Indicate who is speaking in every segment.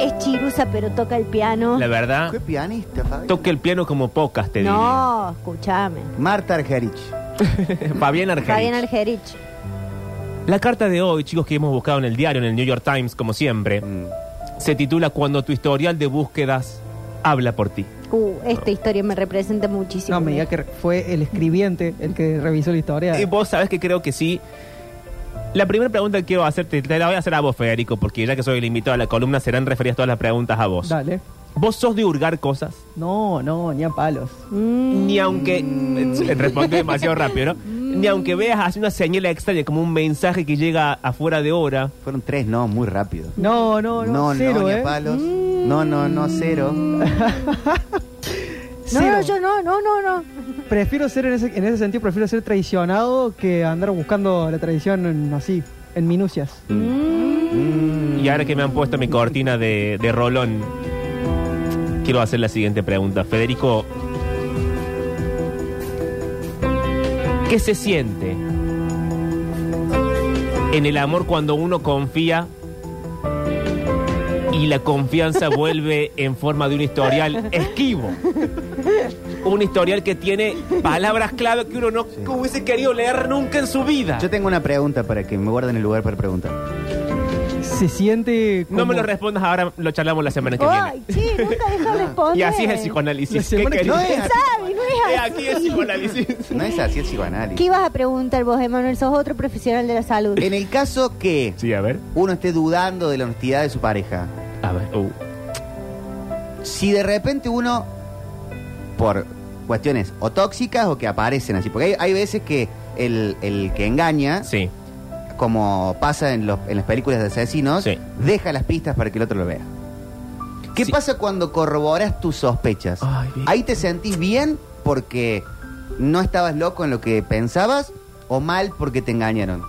Speaker 1: Es chirusa, pero toca el piano.
Speaker 2: La verdad,
Speaker 3: ¿Qué pianista, Fabián?
Speaker 2: toque el piano como pocas, te
Speaker 1: no, escúchame.
Speaker 3: Marta Argerich.
Speaker 2: diría. Fabián Argerich.
Speaker 1: Fabián Argerich.
Speaker 2: La carta de hoy, chicos, que hemos buscado en el diario, en el New York Times, como siempre, se titula Cuando tu historial de búsquedas habla por ti.
Speaker 1: Uh, esta historia me representa muchísimo.
Speaker 4: No, me diga que re- fue el escribiente el que revisó la historia.
Speaker 2: Y Eh, vos sabés que creo que sí. La primera pregunta que quiero hacerte, te la voy a hacer a vos, Federico, porque ya que soy el invitado a la columna, serán referidas todas las preguntas a vos.
Speaker 4: Dale.
Speaker 2: ¿Vos sos de hurgar cosas?
Speaker 4: No, no, ni a palos.
Speaker 2: Ni aunque. Responde demasiado rápido, ¿no? Ni aunque veas así una señal extraña, como un mensaje que llega afuera de hora.
Speaker 3: Fueron tres no, muy rápido.
Speaker 4: No, no,
Speaker 3: No,
Speaker 4: no, cero,
Speaker 3: no, ni
Speaker 4: ¿eh?
Speaker 3: a palos. No, no, no, cero.
Speaker 1: No,
Speaker 4: Cero.
Speaker 1: no, yo no, no, no, no.
Speaker 4: Prefiero ser, en ese, en ese sentido, prefiero ser traicionado que andar buscando la traición en- así, en minucias.
Speaker 2: Y ahora que me han puesto mi cortina de, de rolón, quiero hacer la siguiente pregunta. Federico, ¿qué se siente en el amor cuando uno confía y la confianza vuelve en forma de un historial esquivo? Un historial que tiene palabras clave que uno no hubiese querido leer nunca en su vida.
Speaker 3: Yo tengo una pregunta para que me guarden el lugar para preguntar.
Speaker 4: Se siente como...
Speaker 2: No me lo respondas ahora, lo charlamos la semana que viene.
Speaker 1: Ay, sí, no te dejas responder.
Speaker 2: Y así es el psicoanálisis.
Speaker 4: La semana
Speaker 2: ¿Qué
Speaker 4: que
Speaker 2: querés?
Speaker 3: viene.
Speaker 1: ¿Sabes? No
Speaker 2: Eh,
Speaker 1: es
Speaker 2: aquí el
Speaker 1: así.
Speaker 2: psicoanálisis.
Speaker 3: No es así el psicoanálisis.
Speaker 1: ¿Qué ibas a preguntar vos, Emanuel? Sos otro profesional de la salud.
Speaker 3: En el caso que
Speaker 2: Sí, a ver.
Speaker 3: uno esté dudando de la honestidad de su pareja,
Speaker 2: A ver. uh,
Speaker 3: si de repente uno, por cuestiones o tóxicas o que aparecen así, porque hay, hay veces que el, el que engaña,
Speaker 2: Sí.
Speaker 3: como pasa en, los- en las películas de asesinos,
Speaker 2: Sí.
Speaker 3: deja las pistas para que el otro lo vea. ¿Qué
Speaker 2: Sí.
Speaker 3: pasa cuando corroboras tus sospechas?
Speaker 2: Ay, bien.
Speaker 3: Ahí te sentís bien porque no estabas loco en lo que pensabas o mal porque te engañaron.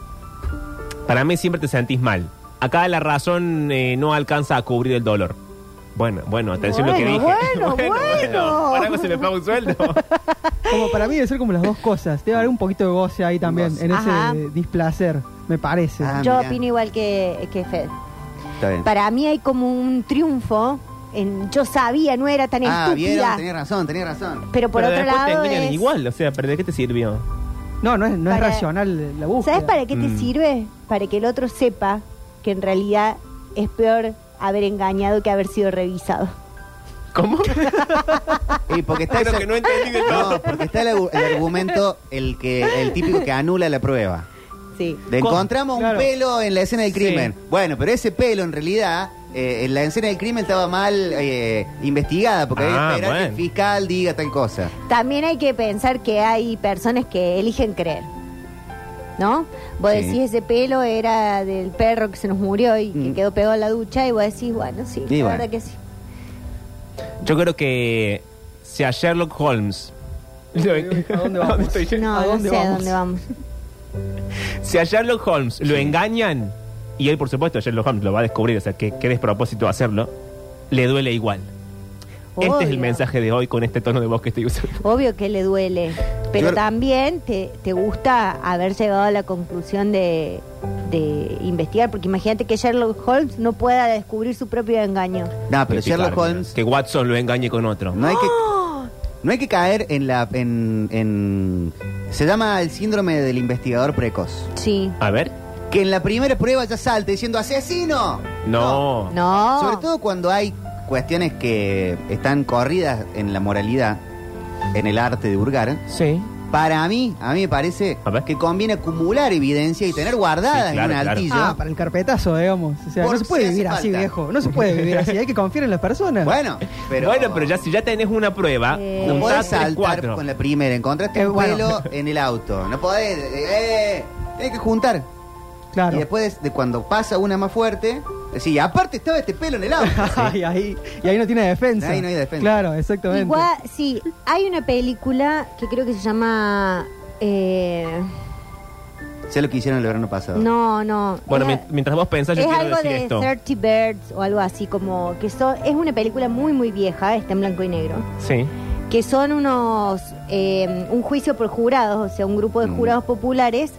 Speaker 2: Para mí siempre te sentís mal. Acá la razón eh, no alcanza a cubrir el dolor. Bueno, bueno, atención lo que dije.
Speaker 1: Bueno, bueno, bueno.
Speaker 2: Para algo se me paga un sueldo.
Speaker 4: Como para mí debe ser como las dos cosas. Debe haber un poquito de goce ahí también,
Speaker 3: Goce.
Speaker 4: en ese
Speaker 1: Ajá.
Speaker 4: displacer, me parece.
Speaker 3: Ah,
Speaker 1: yo
Speaker 3: mirá.
Speaker 1: opino igual que, que Fed.
Speaker 3: Está bien.
Speaker 1: Para mí hay como un triunfo en yo sabía, no era tan
Speaker 3: Ah,
Speaker 1: estúpida.
Speaker 3: vieron, tenés razón, tenés razón.
Speaker 1: Pero por
Speaker 2: Pero
Speaker 1: otro
Speaker 2: después te
Speaker 1: lado
Speaker 2: engañan
Speaker 1: es-
Speaker 2: igual, o sea, ¿pero de qué te sirvió?
Speaker 4: No, no es, no
Speaker 1: Para-
Speaker 4: es racional la búsqueda.
Speaker 1: ¿Sabes para qué te
Speaker 2: Mm.
Speaker 1: sirve? Para que el otro sepa que en realidad es peor haber engañado que haber sido revisado.
Speaker 2: ¿Cómo?
Speaker 3: Y porque está
Speaker 2: Creo
Speaker 3: esa-
Speaker 2: que no entendí del todo.
Speaker 3: No, porque está el, argu- el argumento, el que el típico que anula la prueba.
Speaker 1: Sí.
Speaker 3: De
Speaker 2: ¿Cómo?
Speaker 3: encontramos
Speaker 4: Claro.
Speaker 3: un pelo en la escena del
Speaker 2: Sí.
Speaker 3: crimen. Bueno, pero ese pelo en realidad eh, en la escena del crimen estaba mal eh, investigada porque había
Speaker 2: Ah,
Speaker 3: que esperar que el
Speaker 2: bueno.
Speaker 3: fiscal diga tal cosa.
Speaker 1: También hay que pensar que hay personas que eligen creer. ¿No? Vos
Speaker 3: Sí.
Speaker 1: decís, ese pelo era del perro que se nos murió y que
Speaker 3: Mm.
Speaker 1: quedó pegado en la ducha, y vos decís, bueno, sí,
Speaker 3: Y
Speaker 1: la
Speaker 3: bueno.
Speaker 1: verdad que sí.
Speaker 2: Yo creo que si a Sherlock Holmes...
Speaker 4: ¿A dónde vamos?
Speaker 2: estoy yendo?
Speaker 1: No,
Speaker 4: ¿A
Speaker 1: no
Speaker 4: dónde
Speaker 1: sé a
Speaker 4: vamos?
Speaker 1: dónde vamos.
Speaker 3: Este
Speaker 2: Si a Sherlock Holmes lo engañan, y él por supuesto a Sherlock Holmes lo va a descubrir, o sea, que qué despropósito hacerlo, le duele igual. Este es el
Speaker 1: Obvio.
Speaker 2: mensaje de hoy con este tono de voz que estoy usando.
Speaker 1: Obvio que le duele, pero
Speaker 3: Yo-
Speaker 1: también te, te gusta haber llegado a la conclusión de, de investigar, porque imagínate que Sherlock Holmes no pueda descubrir su propio engaño.
Speaker 3: No, pero
Speaker 2: Sí,
Speaker 3: Sherlock
Speaker 2: claro,
Speaker 3: Holmes
Speaker 2: Que Watson lo engañe con otro.
Speaker 3: no hay que no hay que caer en la en, en- se llama el síndrome del investigador precoz.
Speaker 1: Sí.
Speaker 2: A ver.
Speaker 3: Que en la primera prueba ya salte diciendo asesino.
Speaker 2: No.
Speaker 1: No.
Speaker 3: Sobre todo cuando hay cuestiones que están corridas en la moralidad, en el arte de hurgar,
Speaker 2: Sí.
Speaker 3: Para mí, a mí me parece
Speaker 2: A ver.
Speaker 3: que conviene acumular evidencia y tener guardada
Speaker 2: Sí, claro,
Speaker 3: en un
Speaker 2: claro.
Speaker 3: altillo.
Speaker 4: Ah, para el carpetazo, digamos. O sea,
Speaker 3: Por
Speaker 4: no se puede
Speaker 3: si hace
Speaker 4: vivir así,
Speaker 3: falta.
Speaker 4: viejo. No se puede vivir así. Hay que confiar en las personas.
Speaker 3: Bueno, pero.
Speaker 2: Bueno, pero ya si ya tenés una prueba,
Speaker 1: Eh.
Speaker 3: No
Speaker 2: juntá
Speaker 3: podés
Speaker 2: tres,
Speaker 3: saltar
Speaker 2: cuatro.
Speaker 3: con la primera. Encontraste
Speaker 4: Eh,
Speaker 3: un
Speaker 4: bueno.
Speaker 3: pelo en el auto. No podés. eh, eh, tenés que juntar.
Speaker 4: claro.
Speaker 3: Y después de, de cuando pasa una más fuerte, decís, aparte estaba este pelo en el auto.
Speaker 4: Ay, ahí, y ahí no tiene defensa.
Speaker 3: Ahí no hay defensa.
Speaker 4: Claro, exactamente.
Speaker 1: Igual, sí, hay una película que creo que se llama... eh,
Speaker 3: sé lo que hicieron el verano pasado.
Speaker 1: no, no.
Speaker 2: Bueno,
Speaker 1: Era-
Speaker 2: mien- mientras vos pensás, yo
Speaker 1: es
Speaker 2: quiero
Speaker 1: algo
Speaker 2: decir
Speaker 1: de
Speaker 2: esto.
Speaker 1: 30 Birds o algo así, como que son, es una película muy, muy vieja, está en blanco y negro,
Speaker 2: Sí.
Speaker 1: que son unos, eh, un juicio por jurados, o sea, un grupo de
Speaker 3: Mm.
Speaker 1: jurados populares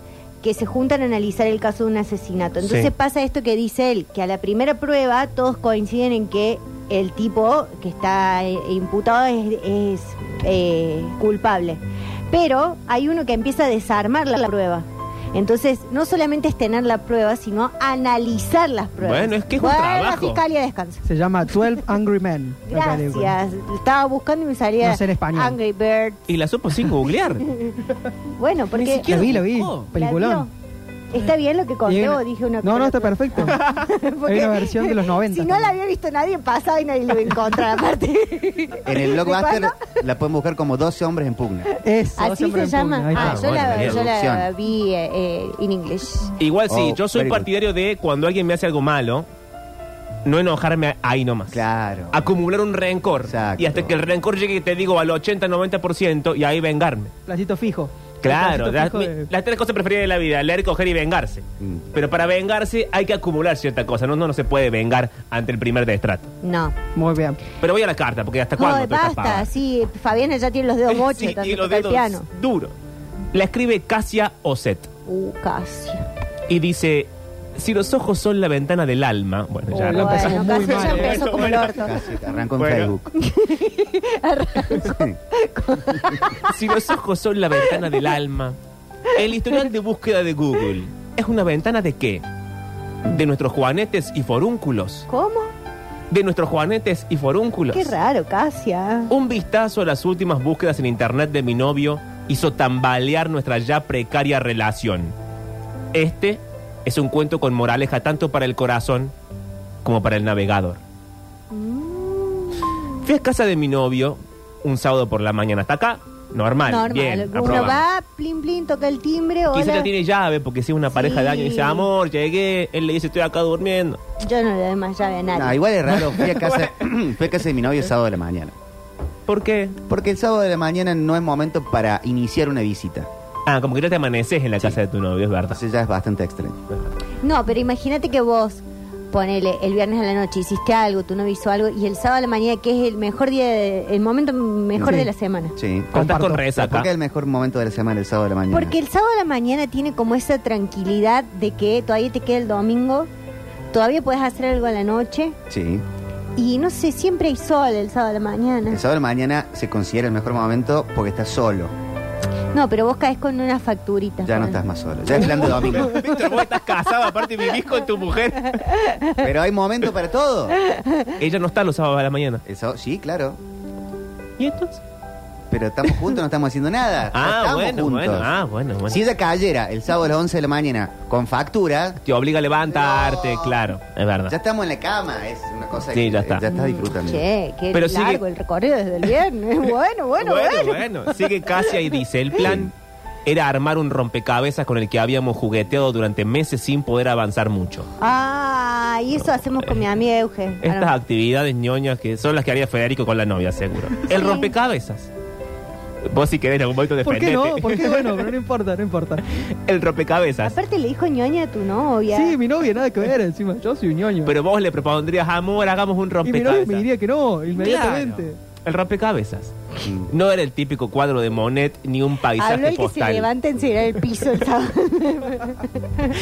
Speaker 1: que se juntan a analizar el caso de un asesinato. Entonces
Speaker 2: Sí.
Speaker 1: pasa esto que dice él, que a la primera prueba todos coinciden en que el tipo que está eh, imputado es, es, eh, culpable. Pero hay uno que empieza a desarmar la prueba. Entonces, no solamente es tener la prueba, sino analizar las pruebas.
Speaker 2: Bueno, es que es un
Speaker 1: La
Speaker 2: trabajo.
Speaker 1: fiscalía descansa.
Speaker 4: Se llama 12 Angry Men. la película.
Speaker 1: Gracias. Estaba buscando y me salía
Speaker 4: No sé en español.
Speaker 1: Angry Bird.
Speaker 2: Y la supo sin googlear.
Speaker 1: Bueno, porque...
Speaker 4: Lo vi, lo vi.
Speaker 2: Oh, la
Speaker 4: Peliculón.
Speaker 1: La vio. Está bien lo que conté
Speaker 4: Y hay una-
Speaker 1: o dije una Ah.
Speaker 4: No, no, está
Speaker 1: cosa.
Speaker 4: perfecto.
Speaker 1: Porque
Speaker 4: Hay una versión de los 90
Speaker 1: Si no
Speaker 4: también.
Speaker 1: la había visto nadie, pasaba y nadie lo encontraba aparte.
Speaker 3: En el
Speaker 1: ¿De
Speaker 3: Blockbuster
Speaker 1: cuándo?
Speaker 3: la pueden buscar como 12 hombres en pugna.
Speaker 4: Eso,
Speaker 1: Así
Speaker 4: siempre
Speaker 1: se
Speaker 4: en
Speaker 1: llama.
Speaker 4: pugna, ahí
Speaker 1: Ah,
Speaker 4: está.
Speaker 1: yo, la,
Speaker 3: bueno,
Speaker 1: yo la
Speaker 3: traducción.
Speaker 1: vi eh, eh, in English.
Speaker 2: Igual sí,
Speaker 3: Oh,
Speaker 2: yo soy
Speaker 3: very good.
Speaker 2: partidario de cuando alguien me hace algo malo, no enojarme ahí nomás.
Speaker 3: Claro.
Speaker 2: Acumular un rencor.
Speaker 3: Exacto.
Speaker 2: Y hasta que el rencor llegue, te digo, al 80-90% y ahí vengarme.
Speaker 4: Placito fijo.
Speaker 2: Claro,
Speaker 4: El
Speaker 2: las,
Speaker 4: placito
Speaker 2: mi-
Speaker 4: fijo de-
Speaker 2: las tres cosas preferidas de la vida, leer, coger y vengarse.
Speaker 3: Mm.
Speaker 2: Pero para vengarse hay que acumular cierta cosa, no, no, no se puede vengar ante el primer destrato.
Speaker 1: No.
Speaker 4: Muy bien.
Speaker 2: Pero voy a la carta, porque hasta cuándo
Speaker 1: Joder,
Speaker 2: todas estas
Speaker 1: basta.
Speaker 2: pavadas?
Speaker 1: Sí, Fabiana ya tiene los dedos mochos.
Speaker 2: Sí,
Speaker 1: tanto
Speaker 2: y los
Speaker 1: toca el
Speaker 2: dedos
Speaker 1: piano.
Speaker 2: duro. La escribe Casia Oset
Speaker 1: Uh, casi.
Speaker 2: y dice, si los ojos son la ventana del alma, bueno,
Speaker 1: Oh,
Speaker 2: ya
Speaker 4: la
Speaker 1: bueno,
Speaker 2: arrancamos.
Speaker 4: empezamos muy
Speaker 1: casi
Speaker 4: mal,
Speaker 1: ya
Speaker 4: eh.
Speaker 1: empezó como el orto.
Speaker 3: Casi arrancó en
Speaker 2: Bueno.
Speaker 3: Facebook.
Speaker 2: Si los ojos son la ventana del alma, el historial de búsqueda de Google es una ventana de qué? De nuestros juanetes y forúnculos.
Speaker 1: ¿Cómo?
Speaker 2: De nuestros juanetes y forúnculos.
Speaker 1: Qué raro, Casia.
Speaker 2: Un vistazo a las últimas búsquedas en internet de mi novio hizo tambalear nuestra ya precaria relación. Este es un cuento con moraleja tanto para el corazón como para el navegador.
Speaker 1: Mm.
Speaker 2: Fui a casa de mi novio un sábado por la mañana. Hasta acá, normal.
Speaker 1: Normal.
Speaker 2: bien,
Speaker 1: Uno
Speaker 2: aprobamos.
Speaker 1: va, plin, plin, toca el timbre.
Speaker 2: Quizá
Speaker 1: Hola.
Speaker 2: ya tiene llave, porque si es una pareja de años y dice,
Speaker 1: Sí.
Speaker 2: amor, llegué. Él le dice, estoy acá durmiendo.
Speaker 1: Yo no le doy más llave a nadie.
Speaker 3: No, igual es raro. Fui a, casa, fui a casa de mi novio el sábado de la mañana.
Speaker 2: ¿Por qué?
Speaker 3: Porque el sábado de la mañana no es momento para iniciar una visita.
Speaker 2: Ah, como que ya te amaneces en la casa de tu novio, es verdad.
Speaker 3: Entonces ya es bastante extraño.
Speaker 1: No, pero imagínate que vos, ponele, el viernes a la noche hiciste algo, tú no hizo algo, y el sábado a la mañana, que es el mejor día, de- el momento mejor
Speaker 4: Sí.
Speaker 1: de la semana.
Speaker 3: Sí.
Speaker 2: Cuando estás
Speaker 4: Comparto.
Speaker 2: con
Speaker 3: ¿Por
Speaker 2: resaca.
Speaker 3: qué es el mejor momento de la semana el sábado de la mañana?
Speaker 1: Porque el sábado a la mañana tiene como esa tranquilidad de que todavía te queda el domingo, todavía puedes hacer algo a la noche,
Speaker 3: Sí.
Speaker 1: y no sé, siempre hay sol el sábado a la mañana.
Speaker 3: El sábado de la mañana se considera el mejor momento porque estás solo.
Speaker 1: No, pero vos caes con unas facturitas.
Speaker 3: Ya no
Speaker 1: ponele.
Speaker 3: estás más solo. Ya es plan de domingo.
Speaker 2: Víctor, vos estás casado, aparte vivís con tu mujer.
Speaker 3: Pero hay momento para todo.
Speaker 2: Ella no está los sábados a la mañana.
Speaker 3: El sábado- sí, claro.
Speaker 2: ¿Y entonces?
Speaker 3: Pero estamos juntos, no estamos haciendo nada. No
Speaker 2: Ah,
Speaker 3: estamos
Speaker 2: bueno, bueno. Ah, bueno, bueno.
Speaker 3: Si ella cayera el sábado a las 11 de la mañana con factura,
Speaker 2: Te obliga a levantarte,
Speaker 3: No.
Speaker 2: claro. Es
Speaker 3: ya
Speaker 2: verdad.
Speaker 3: estamos en la cama. Es una cosa
Speaker 2: Sí,
Speaker 3: que
Speaker 2: ya está.
Speaker 3: ya estás disfrutando.
Speaker 1: Che, qué
Speaker 2: Pero sigue-
Speaker 1: largo el recorrido desde el viernes. Bueno, bueno, bueno.
Speaker 2: bueno. Sigue Casia y dice, el plan era armar un rompecabezas con el que habíamos jugueteado durante meses sin poder avanzar mucho.
Speaker 1: Ah, y eso hacemos con mi amiga Euge.
Speaker 2: Estas
Speaker 1: Ahora-
Speaker 2: actividades ñoñas que son las que haría Federico con la novia, seguro. El
Speaker 1: Sí.
Speaker 2: rompecabezas. Vos si querés en algún momento
Speaker 4: ¿Por qué
Speaker 2: defendete.
Speaker 4: no? ¿Por qué bueno? Pero no importa, no importa.
Speaker 2: El rompecabezas.
Speaker 1: Aparte le dijo ñoña a tu novia.
Speaker 4: Sí, mi novia, nada que ver encima. Yo soy un ñoño.
Speaker 2: Pero vos le propondrías, amor, hagamos un
Speaker 4: y mi novia me
Speaker 2: rompecabezas.
Speaker 4: diría que no, inmediatamente.
Speaker 2: Claro. El rompecabezas. No era el típico cuadro de Monet ni un paisaje
Speaker 1: Habló el que
Speaker 2: postal.
Speaker 1: se levanta en el piso el sábado.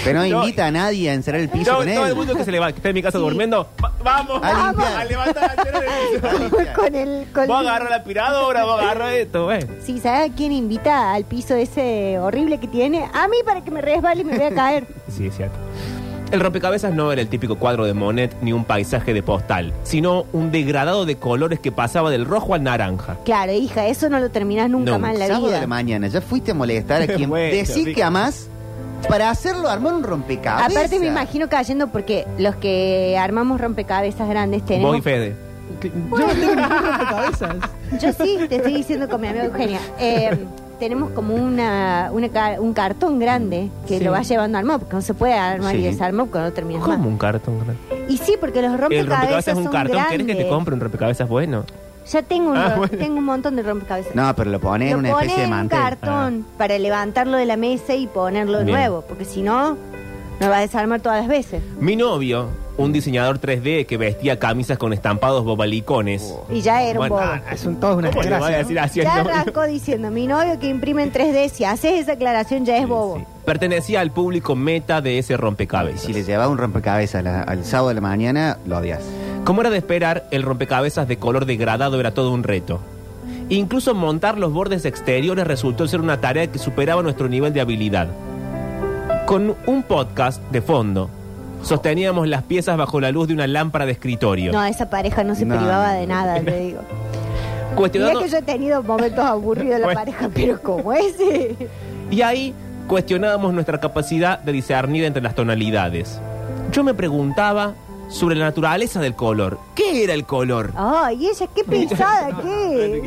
Speaker 3: Pero no
Speaker 2: No.
Speaker 3: invita a nadie a encerrar el piso
Speaker 2: Todo,
Speaker 3: con él.
Speaker 2: todo el mundo que se levanta, que está en mi casa
Speaker 1: Sí.
Speaker 2: durmiendo, va- vamos,
Speaker 3: A
Speaker 2: vamos,
Speaker 3: limpiar.
Speaker 2: a levantar la tela
Speaker 1: con el. Con
Speaker 2: Vos agarro la aspiradora, vos agarro esto, bueno.
Speaker 1: Sí, ¿sabes a quién invita al piso ese horrible que tiene? A mí para que me resbale y me voy a caer.
Speaker 2: Sí, es cierto. El rompecabezas no era el típico cuadro de Monet ni un paisaje de postal, sino un degradado de colores que pasaba del rojo al naranja.
Speaker 1: Claro, hija, eso no lo terminás nunca
Speaker 2: Nunca.
Speaker 1: más en la
Speaker 3: Sábado
Speaker 1: vida.
Speaker 3: de la mañana, ya fuiste a molestar a quien
Speaker 2: Bueno,
Speaker 3: decís
Speaker 2: Ricky.
Speaker 3: que amás para hacerlo armar un rompecabezas.
Speaker 1: Aparte me imagino cayendo porque los que armamos rompecabezas grandes
Speaker 2: Vos
Speaker 1: tenemos.
Speaker 2: y Fede.
Speaker 4: Que- Yo no tengo ningún rompecabezas.
Speaker 1: Yo sí, te estoy diciendo con mi amiga Eugenia. Eh, tenemos como una, una ca- un cartón grande que
Speaker 4: Sí.
Speaker 1: lo vas llevando al mob, porque no se puede armar y
Speaker 3: Sí.
Speaker 1: desarmar porque no terminas
Speaker 2: ¿Cómo
Speaker 1: más.
Speaker 2: un cartón? grande?
Speaker 1: Y sí, porque los rompecabezas,
Speaker 2: El rompecabezas es un
Speaker 1: son
Speaker 2: cartón.
Speaker 1: grandes.
Speaker 2: ¿Querés que te compre un rompecabezas bueno?
Speaker 1: Ya tengo un,
Speaker 2: Ah,
Speaker 1: ro-
Speaker 2: bueno.
Speaker 1: tengo un montón de rompecabezas.
Speaker 3: No, pero lo pones en
Speaker 1: lo
Speaker 3: una
Speaker 1: pones
Speaker 3: especie de
Speaker 1: en un
Speaker 3: mantel. Ah.
Speaker 1: cartón para levantarlo de la mesa y ponerlo de
Speaker 2: Bien.
Speaker 1: nuevo, porque si no, me va a desarmar todas las veces.
Speaker 2: Mi novio, un diseñador 3D que vestía camisas con estampados bobalicones.
Speaker 1: Y ya era un
Speaker 2: Bueno,
Speaker 1: bobo.
Speaker 2: ah,
Speaker 4: Es un, todo es una
Speaker 2: ¿Cómo le
Speaker 4: desgracia.
Speaker 2: voy a decir así al
Speaker 1: Oh. Ya
Speaker 2: novio?
Speaker 1: arrancó diciendo, mi novio que imprime en 3D, si haces esa aclaración ya es bobo.
Speaker 2: Sí. Pertenecía al público meta de ese
Speaker 3: Y
Speaker 2: rompecabezas.
Speaker 3: si le llevas un rompecabezas la- al sábado de la mañana, lo odias.
Speaker 2: Como era de esperar, el rompecabezas de color degradado era todo un reto. Incluso montar los bordes exteriores resultó ser una tarea que superaba nuestro nivel de habilidad. Con un podcast de fondo, sosteníamos las piezas bajo la luz de una lámpara de escritorio.
Speaker 1: No, esa pareja no se
Speaker 3: No,
Speaker 1: privaba
Speaker 3: no.
Speaker 1: de nada, te digo. Mira
Speaker 2: Cuestionando-
Speaker 1: que yo he tenido momentos aburridos de la
Speaker 2: Bueno.
Speaker 1: pareja, pero como ese.
Speaker 2: Y ahí cuestionábamos nuestra capacidad de discernir entre las tonalidades. Yo me preguntaba sobre la naturaleza del color. ¿Qué era el color?
Speaker 1: Ay, y ella, qué pensada que es.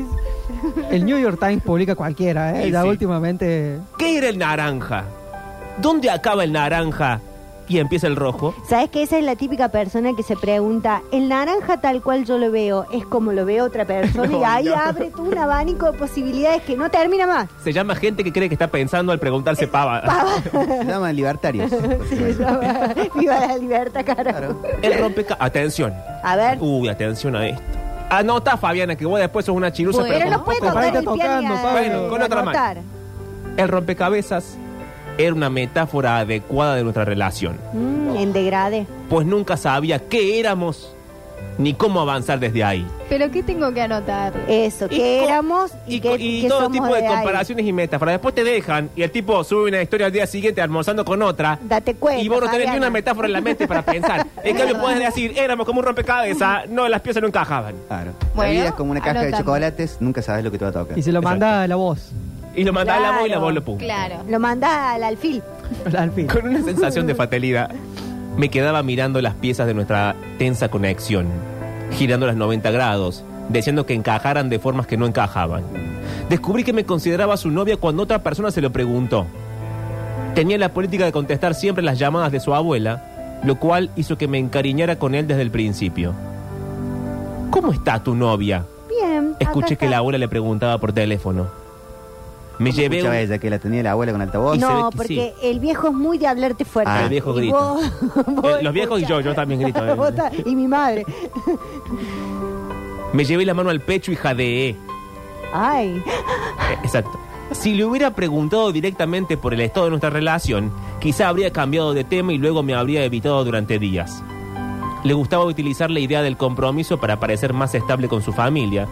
Speaker 4: El New York Times publica cualquiera, ¿eh?
Speaker 2: Y
Speaker 4: Ya
Speaker 2: sí.
Speaker 4: últimamente.
Speaker 2: ¿Qué era el naranja? ¿Dónde acaba el naranja y empieza el rojo?
Speaker 1: ¿Sabes que esa es la típica persona que se pregunta, el naranja tal cual yo lo veo, es como lo ve otra persona y ahí abre tú un abanico de posibilidades que no termina más?
Speaker 2: Se llama gente que cree que está pensando al
Speaker 1: Eh,
Speaker 2: preguntarse pava.
Speaker 3: Se llaman libertarios.
Speaker 1: Viva la libertad, carajo.
Speaker 3: Claro.
Speaker 2: El rompeca... Atención.
Speaker 1: A ver,
Speaker 2: Uy, atención a esto. Anota, Fabiana, que vos después sos una chirusa.
Speaker 1: pero
Speaker 2: pero
Speaker 1: no
Speaker 2: con
Speaker 1: puede
Speaker 2: poco-
Speaker 4: Papá
Speaker 1: tocar
Speaker 4: está
Speaker 1: el piano
Speaker 4: tocando,
Speaker 1: y a-
Speaker 4: Pablo.
Speaker 1: y
Speaker 2: Bueno, con otra mano.
Speaker 1: anotar.
Speaker 2: El rompecabezas era una metáfora adecuada de nuestra relación.
Speaker 1: Mm, en degradé.
Speaker 2: pues nunca sabía qué éramos ni cómo avanzar desde ahí.
Speaker 5: Pero ¿qué tengo que anotar?
Speaker 1: Eso, que
Speaker 2: co-
Speaker 1: éramos
Speaker 2: y
Speaker 1: y,
Speaker 2: co-
Speaker 1: que,
Speaker 2: y
Speaker 1: que
Speaker 2: todo
Speaker 1: somos
Speaker 2: tipo de,
Speaker 1: ahí.
Speaker 2: comparaciones y metáforas. Después te dejan y el tipo sube una historia al día siguiente almorzando con otra.
Speaker 1: Date cuenta,
Speaker 2: Y vos no tenés ni
Speaker 1: Fabiana.
Speaker 2: una metáfora en la mente para pensar. En cambio, podés decir, éramos como un rompecabezas, no, las piezas no encajaban.
Speaker 3: Claro.
Speaker 5: Bueno,
Speaker 3: la vida es como una caja de
Speaker 5: anotando.
Speaker 3: chocolates, nunca sabes lo que te va a tocar.
Speaker 4: Y se lo manda la voz,
Speaker 2: Y lo mandás a la voz y la
Speaker 1: Claro.
Speaker 2: voz lo puso.
Speaker 5: Claro.
Speaker 1: Lo manda al alfil.
Speaker 4: la alfil.
Speaker 2: Con una sensación de fatalidad, me quedaba mirando las piezas de nuestra tensa conexión, girando las 90 grados, deseando que encajaran de formas que no encajaban. Descubrí que me consideraba su novia cuando otra persona se lo preguntó. Tenía la política de contestar siempre las llamadas de su abuela, lo cual hizo que me encariñara con él desde el principio. ¿Cómo está tu novia?
Speaker 1: Bien. acá
Speaker 2: Escuché que la
Speaker 1: está.
Speaker 2: abuela le preguntaba por teléfono. Me llevé
Speaker 3: Escuchaba
Speaker 2: un-
Speaker 3: ella que la tenía la abuela con altavoz.
Speaker 2: se ve
Speaker 1: No,
Speaker 2: que
Speaker 1: porque el viejo es muy de hablarte fuerte.
Speaker 3: Ah, el
Speaker 2: viejo
Speaker 1: Y
Speaker 2: grita.
Speaker 1: vos- vos
Speaker 2: Eh, los viejos y yo,
Speaker 1: escuchás.
Speaker 2: yo también grito, eh.
Speaker 1: Vos ta- y mi madre.
Speaker 2: Me llevé la mano al pecho y jadeé.
Speaker 1: Ay,
Speaker 2: Eh, Exacto. Si le hubiera preguntado directamente por el estado de nuestra relación, quizá habría cambiado de tema y luego me habría evitado durante días. Le gustaba utilizar la idea del compromiso para parecer más estable con su familia,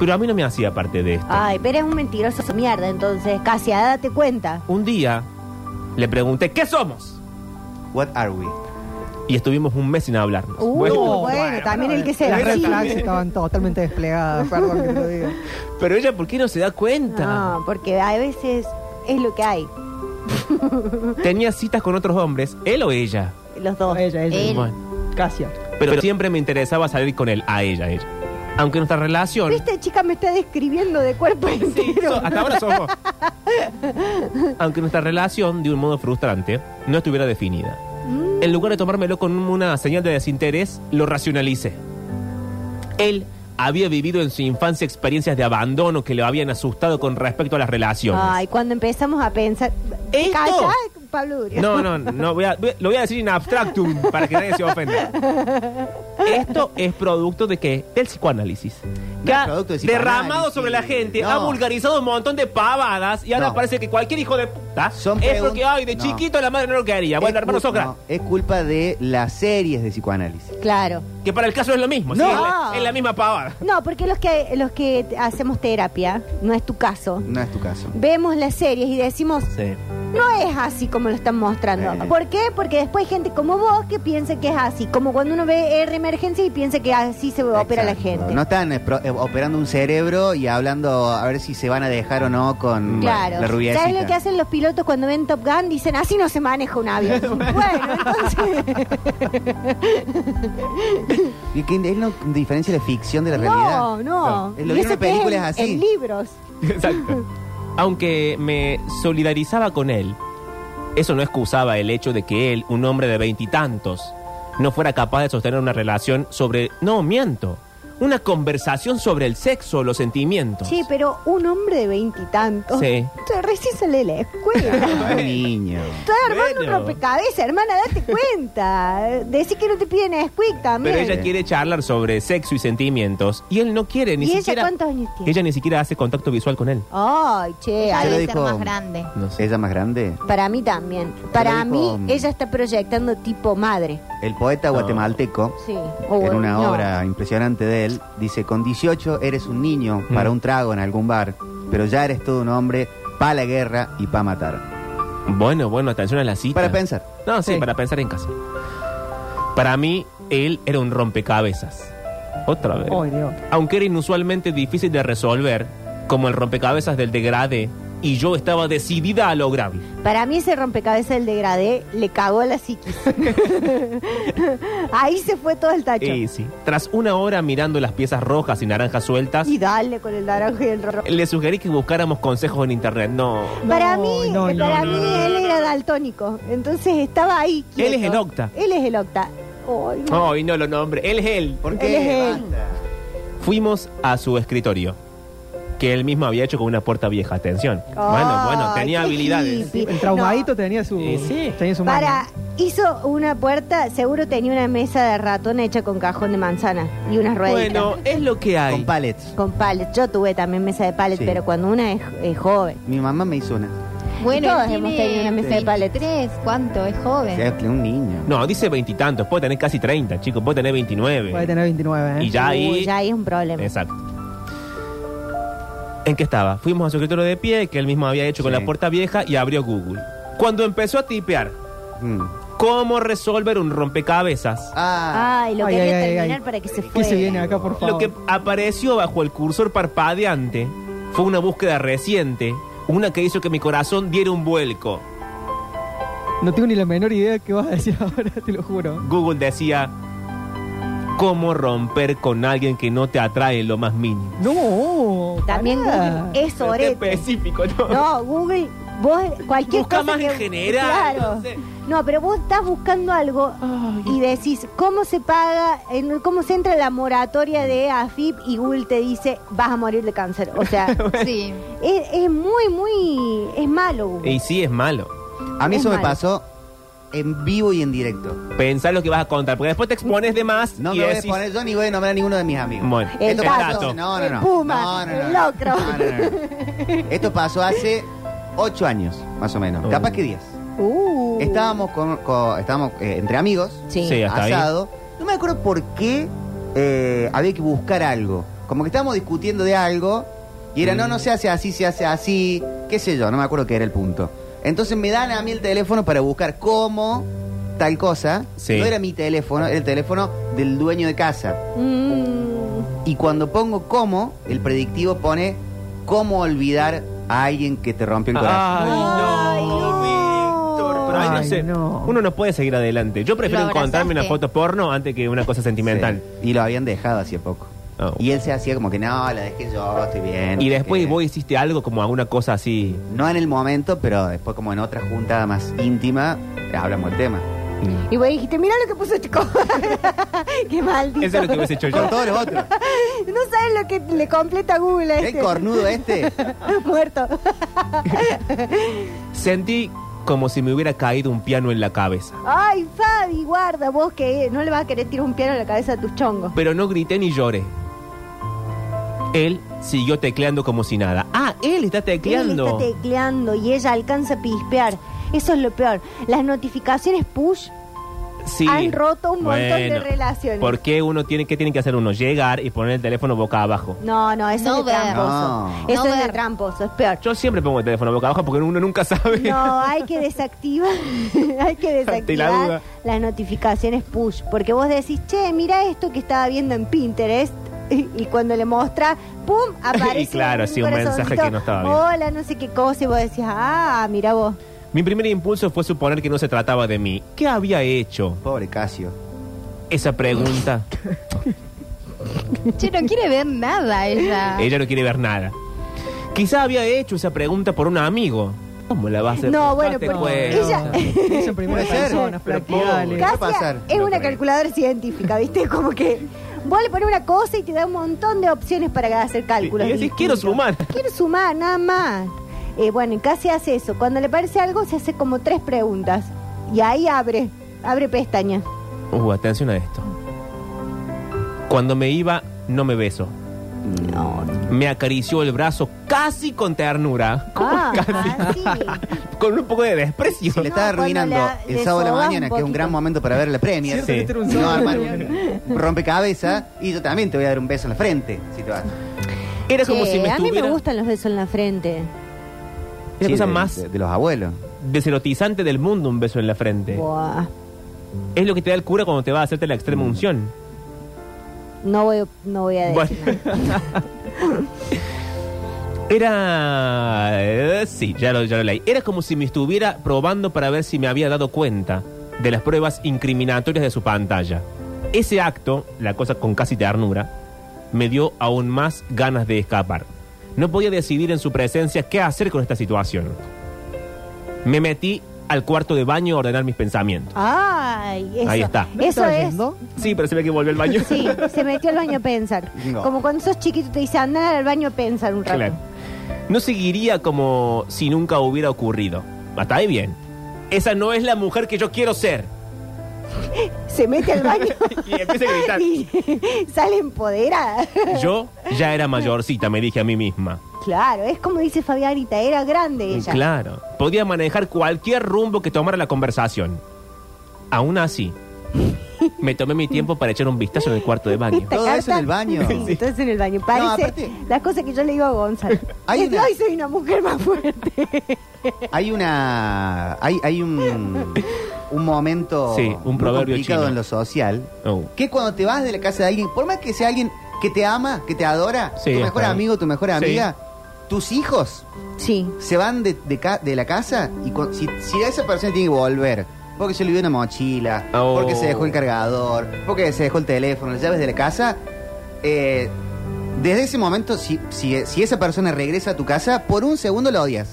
Speaker 2: pero a mí no me hacía parte de esto.
Speaker 1: ay, pero es un mentiroso su mierda, entonces, casi, ah, date cuenta.
Speaker 2: Un día le pregunté, ¿qué somos?
Speaker 3: What are we?
Speaker 2: Y estuvimos un mes sin hablarnos.
Speaker 1: Uh,
Speaker 2: Bueno,
Speaker 1: bueno, también el que se
Speaker 4: Las red
Speaker 1: decide.
Speaker 4: flags estaban totalmente desplegadas, perdón que te lo diga.
Speaker 2: pero ella, ¿por qué no se da cuenta?
Speaker 1: No, porque a veces es lo que hay,
Speaker 2: Tenía citas con otros hombres, él o ella.
Speaker 1: los dos.
Speaker 4: Ella, ella.
Speaker 5: Él.
Speaker 2: Bueno,
Speaker 4: Casia.
Speaker 2: pero, siempre me interesaba salir con él, a ella, a ella. Aunque nuestra relación...
Speaker 1: Esta chica me está describiendo de cuerpo
Speaker 2: Sí,
Speaker 1: entero.
Speaker 2: so- hasta ahora somos. Aunque nuestra relación, de un modo frustrante, no estuviera definida. En lugar de tomármelo con una señal de desinterés, lo racionalicé. Él había vivido en su infancia experiencias de abandono que lo habían asustado con respecto a las relaciones.
Speaker 1: Ay, cuando empezamos a pensar.
Speaker 2: ¿Esto?
Speaker 1: Callá, Pablo Durio.
Speaker 2: No, no, no, voy a- voy- lo voy a decir in abstractum para que nadie se ofenda. Esto es producto de qué? Del psicoanálisis. Que
Speaker 3: No,
Speaker 2: ha
Speaker 3: producto del
Speaker 2: derramado
Speaker 3: psicoanálisis.
Speaker 2: sobre la gente,
Speaker 3: No.
Speaker 2: ha vulgarizado un montón de pavadas y ahora
Speaker 3: No.
Speaker 2: parece que cualquier hijo de puta
Speaker 3: Son
Speaker 2: es
Speaker 3: pregun-
Speaker 2: porque, ay, de
Speaker 3: No.
Speaker 2: chiquito la madre no lo quería. Bueno,
Speaker 3: Es
Speaker 2: hermano
Speaker 3: cul-
Speaker 2: Socra,
Speaker 3: no, es culpa de las series de psicoanálisis.
Speaker 1: Claro.
Speaker 2: que para el caso es lo mismo,
Speaker 1: No.
Speaker 2: sí, es, la, es la misma pavada.
Speaker 1: No, porque los que, los que hacemos terapia, no es tu caso,
Speaker 3: No es tu caso.
Speaker 1: vemos las series y decimos, No es así como lo están mostrando.
Speaker 3: Eh.
Speaker 1: ¿Por qué? Porque después hay gente como vos que piensa que es así. Como cuando uno ve R emergencia y piensa que así se opera la
Speaker 3: Exacto.
Speaker 1: gente.
Speaker 3: No están eh, pro- eh, operando un cerebro y hablando a ver si se van a dejar o no con
Speaker 1: Claro.
Speaker 3: la rubiecita.
Speaker 1: ¿Sabes lo que hacen los pilotos cuando ven Top Gun? Dicen, así no se maneja un avión. bueno, entonces.
Speaker 3: Y que él no diferencia la ficción de la realidad.
Speaker 1: no, no.
Speaker 3: Él Lo
Speaker 1: Y
Speaker 3: vieron
Speaker 1: eso
Speaker 3: en
Speaker 1: que es
Speaker 3: películas
Speaker 1: en-
Speaker 3: así.
Speaker 1: En libros.
Speaker 2: Exacto. Aunque me solidarizaba con él, eso no excusaba el hecho de que él, un hombre de veintitantos, no fuera capaz de sostener una relación sobre... No, miento. Una conversación sobre el sexo o los sentimientos.
Speaker 1: Sí, pero un hombre de veintitantos.
Speaker 2: Sí.
Speaker 1: Se recién sale de la escuela.
Speaker 3: Un niño.
Speaker 1: Estás armando
Speaker 2: Bueno.
Speaker 1: un rompecabezas, hermana, date cuenta. Decir que no te piden a Squeak también.
Speaker 2: Pero ella quiere charlar sobre sexo y sentimientos y él no quiere ni
Speaker 1: ¿Y ella
Speaker 2: siquiera...
Speaker 1: cuántos años tiene?
Speaker 2: Ella ni siquiera hace contacto visual con él. Eh,
Speaker 1: Ay, che,
Speaker 3: Ya
Speaker 1: ay,
Speaker 3: lo
Speaker 5: debe ser
Speaker 3: dijo-
Speaker 5: más grande.
Speaker 2: No sé.
Speaker 3: ¿Ella más grande?
Speaker 1: para mí también. Para
Speaker 3: dijo,
Speaker 1: mí,
Speaker 3: mm.
Speaker 1: ella está proyectando tipo madre.
Speaker 3: El poeta guatemalteco,
Speaker 1: Sí.
Speaker 3: en una
Speaker 1: no.
Speaker 3: obra impresionante de él, dice, con 18 eres un niño
Speaker 2: Mm.
Speaker 3: para un trago en algún bar, pero ya eres todo un hombre pa' la guerra y pa' matar.
Speaker 2: Bueno, bueno, atención a la cita.
Speaker 3: Para pensar.
Speaker 2: No, sí,
Speaker 4: Sí.
Speaker 2: para pensar en casa. Para mí, él era un rompecabezas. Otra vez.
Speaker 4: Ay, Dios.
Speaker 2: Aunque era inusualmente difícil de resolver, como el rompecabezas del degradé, y yo estaba decidida a lograrlo.
Speaker 1: Para mí ese rompecabezas del degradé le cagó la psiquis. Ahí se fue todo el tacho.
Speaker 2: Y Eh, sí, Tras una hora mirando las piezas rojas y naranjas sueltas,
Speaker 1: Y dale con el naranjo y el rojo.
Speaker 2: le sugerí que buscáramos consejos en internet. No.
Speaker 1: Para
Speaker 4: No,
Speaker 1: mí,
Speaker 4: no, no,
Speaker 1: para
Speaker 4: no,
Speaker 1: mí él era daltónico. Entonces estaba ahí.
Speaker 2: Él es
Speaker 1: quieto.
Speaker 2: el octa. Oh,
Speaker 1: Él es el octa. Ay, no.
Speaker 2: Ay, no lo nombre. Él es él.
Speaker 3: ¿Por
Speaker 1: Él
Speaker 3: qué?
Speaker 1: es él.
Speaker 3: Basta.
Speaker 2: Fuimos a su escritorio, que él mismo había hecho con una puerta vieja. Atención. bueno,
Speaker 1: Ay,
Speaker 2: bueno, tenía
Speaker 1: qué
Speaker 2: habilidades.
Speaker 1: hippie.
Speaker 4: El traumadito
Speaker 1: No.
Speaker 4: tenía su.
Speaker 2: Sí, sí.
Speaker 4: Tenía su
Speaker 1: Para,
Speaker 4: mano.
Speaker 1: hizo una puerta, seguro tenía una mesa de ratón hecha con cajón de manzana y unas rueditas.
Speaker 2: Bueno, es lo que hay.
Speaker 3: Con palets.
Speaker 1: Con pallet. Yo tuve también mesa de pallet,
Speaker 3: Sí.
Speaker 1: pero cuando una es, es joven.
Speaker 3: Mi mamá me hizo una.
Speaker 5: Bueno,
Speaker 1: Todos
Speaker 5: él
Speaker 1: hemos
Speaker 5: tiene
Speaker 1: tenido una mesa de palet.
Speaker 5: 23, ¿cuánto? Es
Speaker 3: O
Speaker 5: joven.
Speaker 3: sea, un niño.
Speaker 2: No, dice veintitantos, puede tener casi treinta, chicos, puede tener
Speaker 4: Puede
Speaker 2: 29.
Speaker 4: tener 29, ¿eh?
Speaker 2: Y ya ahí.
Speaker 1: Uy, ya ahí es un problema.
Speaker 2: Exacto. ¿En qué estaba? Fuimos a su escritorio de pie, que él mismo había hecho con
Speaker 3: Sí.
Speaker 2: la puerta vieja, y abrió Google. Cuando empezó a tipear
Speaker 3: Mm.
Speaker 2: cómo resolver un rompecabezas,
Speaker 3: Ah,
Speaker 1: Ay, lo
Speaker 4: Ay,
Speaker 1: quería
Speaker 4: ay, ay,
Speaker 1: terminar
Speaker 4: ay.
Speaker 1: para que se fuera.
Speaker 4: ¿Qué se viene acá, por favor?
Speaker 2: lo que apareció bajo el cursor parpadeante fue una búsqueda reciente, una que hizo que mi corazón diera un vuelco.
Speaker 4: No tengo ni la menor idea de qué vas a decir ahora, te lo juro.
Speaker 2: Google decía, ¿cómo romper con alguien que no te atrae en lo más mínimo?
Speaker 4: No.
Speaker 1: También
Speaker 4: pará.
Speaker 1: Google es orete.
Speaker 2: específico, ¿no?
Speaker 1: No, Google, vos cualquier
Speaker 2: Busca
Speaker 1: cosa
Speaker 2: más
Speaker 1: que-
Speaker 2: en general,
Speaker 1: Claro.
Speaker 2: no sé.
Speaker 1: No, pero vos estás buscando algo y decís cómo se paga, en- cómo se entra en la moratoria de AFIP y Google te dice vas a morir de cáncer. O sea,
Speaker 5: Sí.
Speaker 1: es, es muy, muy, es malo. Google.
Speaker 2: Y sí, es malo.
Speaker 3: a mí
Speaker 1: es
Speaker 3: eso me
Speaker 1: malo.
Speaker 3: pasó en vivo y en directo.
Speaker 2: Pensá lo que vas a contar, porque después te expones de más
Speaker 3: No
Speaker 2: y
Speaker 3: me voy a
Speaker 2: decís-
Speaker 3: poner yo ni voy a nombrar a ninguno de mis amigos.
Speaker 2: Bueno,
Speaker 1: El
Speaker 3: Esto
Speaker 1: gato,
Speaker 3: pasó. No, no,
Speaker 1: el
Speaker 3: no.
Speaker 1: puma,
Speaker 3: No, no, no.
Speaker 1: el locro.
Speaker 3: No, no, no. Esto pasó hace ocho años, más o menos.
Speaker 2: Oh.
Speaker 3: Capaz que diez.
Speaker 1: Uh.
Speaker 3: Estábamos con, con- estábamos eh, entre amigos,
Speaker 1: Sí.
Speaker 2: Sí, hasta ahí.
Speaker 3: asado. No me acuerdo por qué eh, había que buscar algo. Como que estábamos discutiendo de algo y era, no,
Speaker 2: Mm.
Speaker 3: no se hace así, se hace así, qué sé yo, no me acuerdo qué era el punto. Entonces me dan a mí el teléfono para buscar cómo tal cosa.
Speaker 2: Sí.
Speaker 3: No era mi teléfono, era el teléfono del dueño de casa.
Speaker 1: Mm.
Speaker 3: Y cuando pongo cómo, el predictivo pone cómo olvidar a alguien que te rompió el corazón.
Speaker 2: Ay,
Speaker 1: Ay, no.
Speaker 2: no, Víctor. Pero ahí no
Speaker 4: Ay,
Speaker 2: sé,
Speaker 4: no.
Speaker 2: uno no puede seguir adelante. Yo prefiero
Speaker 5: Lo abrazaste.
Speaker 2: encontrarme una foto porno antes que una cosa sentimental.
Speaker 3: Sí. Y lo habían dejado hacía poco.
Speaker 2: Ah.
Speaker 3: Y él se hacía como que no, la dejé yo, estoy bien.
Speaker 2: Y
Speaker 3: no sé
Speaker 2: después
Speaker 3: qué".
Speaker 2: vos hiciste algo como alguna cosa así.
Speaker 3: No en el momento, pero después como en otra junta más íntima, hablamos el tema.
Speaker 1: Y vos dijiste, mira lo que puso este co-". Qué maldito.
Speaker 2: Eso es lo que hubiese hecho
Speaker 3: Con
Speaker 2: yo.
Speaker 3: todos los otros.
Speaker 1: No sabes lo que le completa Google a
Speaker 3: ¿Qué
Speaker 1: este.
Speaker 3: cornudo este?
Speaker 1: Muerto.
Speaker 2: Sentí como si me hubiera caído un piano en la cabeza.
Speaker 1: Ay, Fabi, guarda, vos que no le vas a querer tirar un piano en la cabeza a tus chongos.
Speaker 2: Pero no grité ni lloré. Él siguió tecleando como si nada. Ah, él está tecleando.
Speaker 1: Él está tecleando y ella alcanza a pispear. Eso es lo peor. Las notificaciones push
Speaker 2: Sí.
Speaker 1: Han roto un montón de
Speaker 2: Bueno,
Speaker 1: relaciones.
Speaker 2: ¿Por qué uno tiene, qué tiene que hacer uno? Llegar y poner el teléfono boca abajo.
Speaker 1: No, no, eso
Speaker 5: No
Speaker 1: es de
Speaker 5: ver.
Speaker 1: tramposo.
Speaker 3: No.
Speaker 1: Eso
Speaker 5: No
Speaker 1: es de
Speaker 5: ver.
Speaker 1: tramposo, es peor.
Speaker 2: Yo siempre pongo el teléfono boca abajo porque uno nunca sabe.
Speaker 1: No, hay que desactivar, hay que
Speaker 2: Ante la
Speaker 1: desactivar
Speaker 2: duda.
Speaker 1: las notificaciones push, porque vos decís, che, mira esto que estaba viendo en Pinterest. Y y cuando le mostra, ¡pum! aparece.
Speaker 2: Y claro, sí, un mensaje
Speaker 1: corazoncito,
Speaker 2: que no estaba viendo.
Speaker 1: Hola, no sé qué cosa. Y vos decís, ah, mira vos.
Speaker 2: Mi primer impulso fue suponer que no se trataba de mí. ¿Qué había hecho?
Speaker 3: Pobre Casio.
Speaker 2: Esa pregunta.
Speaker 5: Che, no quiere ver nada ella.
Speaker 1: Ah.
Speaker 2: Ella no quiere ver nada. Quizá había hecho esa pregunta por un amigo. ¿Cómo la vas a hacer?
Speaker 1: No, bueno,
Speaker 2: te
Speaker 1: porque
Speaker 2: cuento.
Speaker 1: ella-
Speaker 4: Eso en primera
Speaker 3: Puede ser,
Speaker 4: persona,
Speaker 2: pero
Speaker 4: practicale.
Speaker 3: pobre. va a
Speaker 1: Casia
Speaker 3: pasar,
Speaker 1: es
Speaker 2: no
Speaker 1: una
Speaker 2: creo.
Speaker 1: calculadora científica, ¿viste? Como que vos le pones una cosa y te da un montón de opciones para hacer cálculos.
Speaker 2: Y- y decís,
Speaker 1: distintos.
Speaker 2: "Quiero sumar".
Speaker 1: Quiero sumar, nada más. Eh, bueno, y casi hace eso. Cuando le parece algo, se hace como tres preguntas. Y ahí abre, abre pestaña.
Speaker 2: Uh, atención a esto. Cuando me iba, no me beso.
Speaker 3: Mm.
Speaker 2: Me acarició el brazo casi con ternura. ¿Cómo
Speaker 1: Ah,
Speaker 2: casi?
Speaker 1: ah,
Speaker 2: con un poco de desprecio.
Speaker 3: Si le está
Speaker 1: cuando
Speaker 3: arruinando
Speaker 1: la-
Speaker 3: el
Speaker 1: le
Speaker 3: sábado de la
Speaker 1: sobas un
Speaker 3: mañana, que es un
Speaker 1: poquito.
Speaker 3: gran momento para ver la Premier.
Speaker 4: Cierto que
Speaker 2: Sí.
Speaker 4: este era un
Speaker 3: No,
Speaker 4: sábado.
Speaker 3: armar un rompecabezas y yo también te voy a dar un beso en la frente si te vas.
Speaker 2: Era como
Speaker 1: Che,
Speaker 2: si me
Speaker 1: a mí
Speaker 2: estuviera...
Speaker 1: me gustan los besos en la frente.
Speaker 2: Es la
Speaker 3: Sí,
Speaker 2: cosa
Speaker 3: de-
Speaker 2: más
Speaker 3: de, de los abuelos.
Speaker 2: deserotizante del mundo un beso en la frente.
Speaker 1: Buah,
Speaker 2: Es lo que te da el cura cuando te va a hacerte la extrema unción.
Speaker 1: no voy, no voy a decir
Speaker 2: Bueno.
Speaker 1: nada.
Speaker 2: Era... eh, sí, ya lo, ya lo leí. Era como si me estuviera probando para ver si me había dado cuenta de las pruebas incriminatorias de su pantalla. Ese acto, la cosa con casi ternura, me dio aún más ganas de escapar. No podía decidir en su presencia qué hacer con esta situación. Me metí al cuarto de baño a ordenar mis pensamientos.
Speaker 1: Ay, eso,
Speaker 2: Ahí está.
Speaker 4: ¿No
Speaker 1: Eso
Speaker 4: estaba
Speaker 1: es.
Speaker 4: yendo?
Speaker 2: Sí, pero se ve que volvió al baño.
Speaker 1: Sí, se metió al baño a pensar.
Speaker 3: No.
Speaker 1: Como cuando sos chiquito te dice andar al baño a pensar un rato.
Speaker 2: Claro. No seguiría como si nunca hubiera ocurrido. Hasta ahí bien. Esa no es la mujer que yo quiero ser.
Speaker 1: Se mete al baño
Speaker 2: Y empieza a gritar.
Speaker 1: y sale empoderada.
Speaker 2: Yo ya era mayorcita, me dije a mí misma.
Speaker 1: Claro, es como dice Fabianita, era
Speaker 2: Mm,
Speaker 1: grande ella.
Speaker 2: Claro. Podía manejar cualquier rumbo que tomara la conversación. Aún así, me tomé mi tiempo para echar un vistazo en el cuarto de baño.
Speaker 1: Esta
Speaker 3: Todo
Speaker 1: carta-
Speaker 3: eso en el baño.
Speaker 1: Sí,
Speaker 3: Sí.
Speaker 1: todo eso en el baño. Parece
Speaker 3: No, aparte-
Speaker 1: las cosas que yo le digo a Gonzalo.
Speaker 3: Hay
Speaker 1: Es,
Speaker 3: una-
Speaker 1: Hoy soy una mujer más fuerte.
Speaker 3: Hay una. Hay, hay un. Un momento.
Speaker 2: Sí, un
Speaker 3: muy
Speaker 2: proverbio
Speaker 3: complicado
Speaker 2: chino.
Speaker 3: en lo social.
Speaker 2: Oh.
Speaker 3: Que cuando te vas de la casa de alguien, por más que sea alguien que te ama, que te adora,
Speaker 2: Sí,
Speaker 3: tu
Speaker 2: está
Speaker 3: mejor
Speaker 2: bien.
Speaker 3: amigo, tu mejor
Speaker 2: Sí.
Speaker 3: amiga, tus hijos
Speaker 1: Sí.
Speaker 3: se van de, de ca- de la casa y cu- si, si esa persona tiene que volver. Porque se olvidó una mochila,
Speaker 2: Oh.
Speaker 3: porque se dejó el cargador, porque se dejó el teléfono, las llaves de la casa. eh, desde ese momento, si, si, si esa persona regresa a tu casa, por un segundo la odias.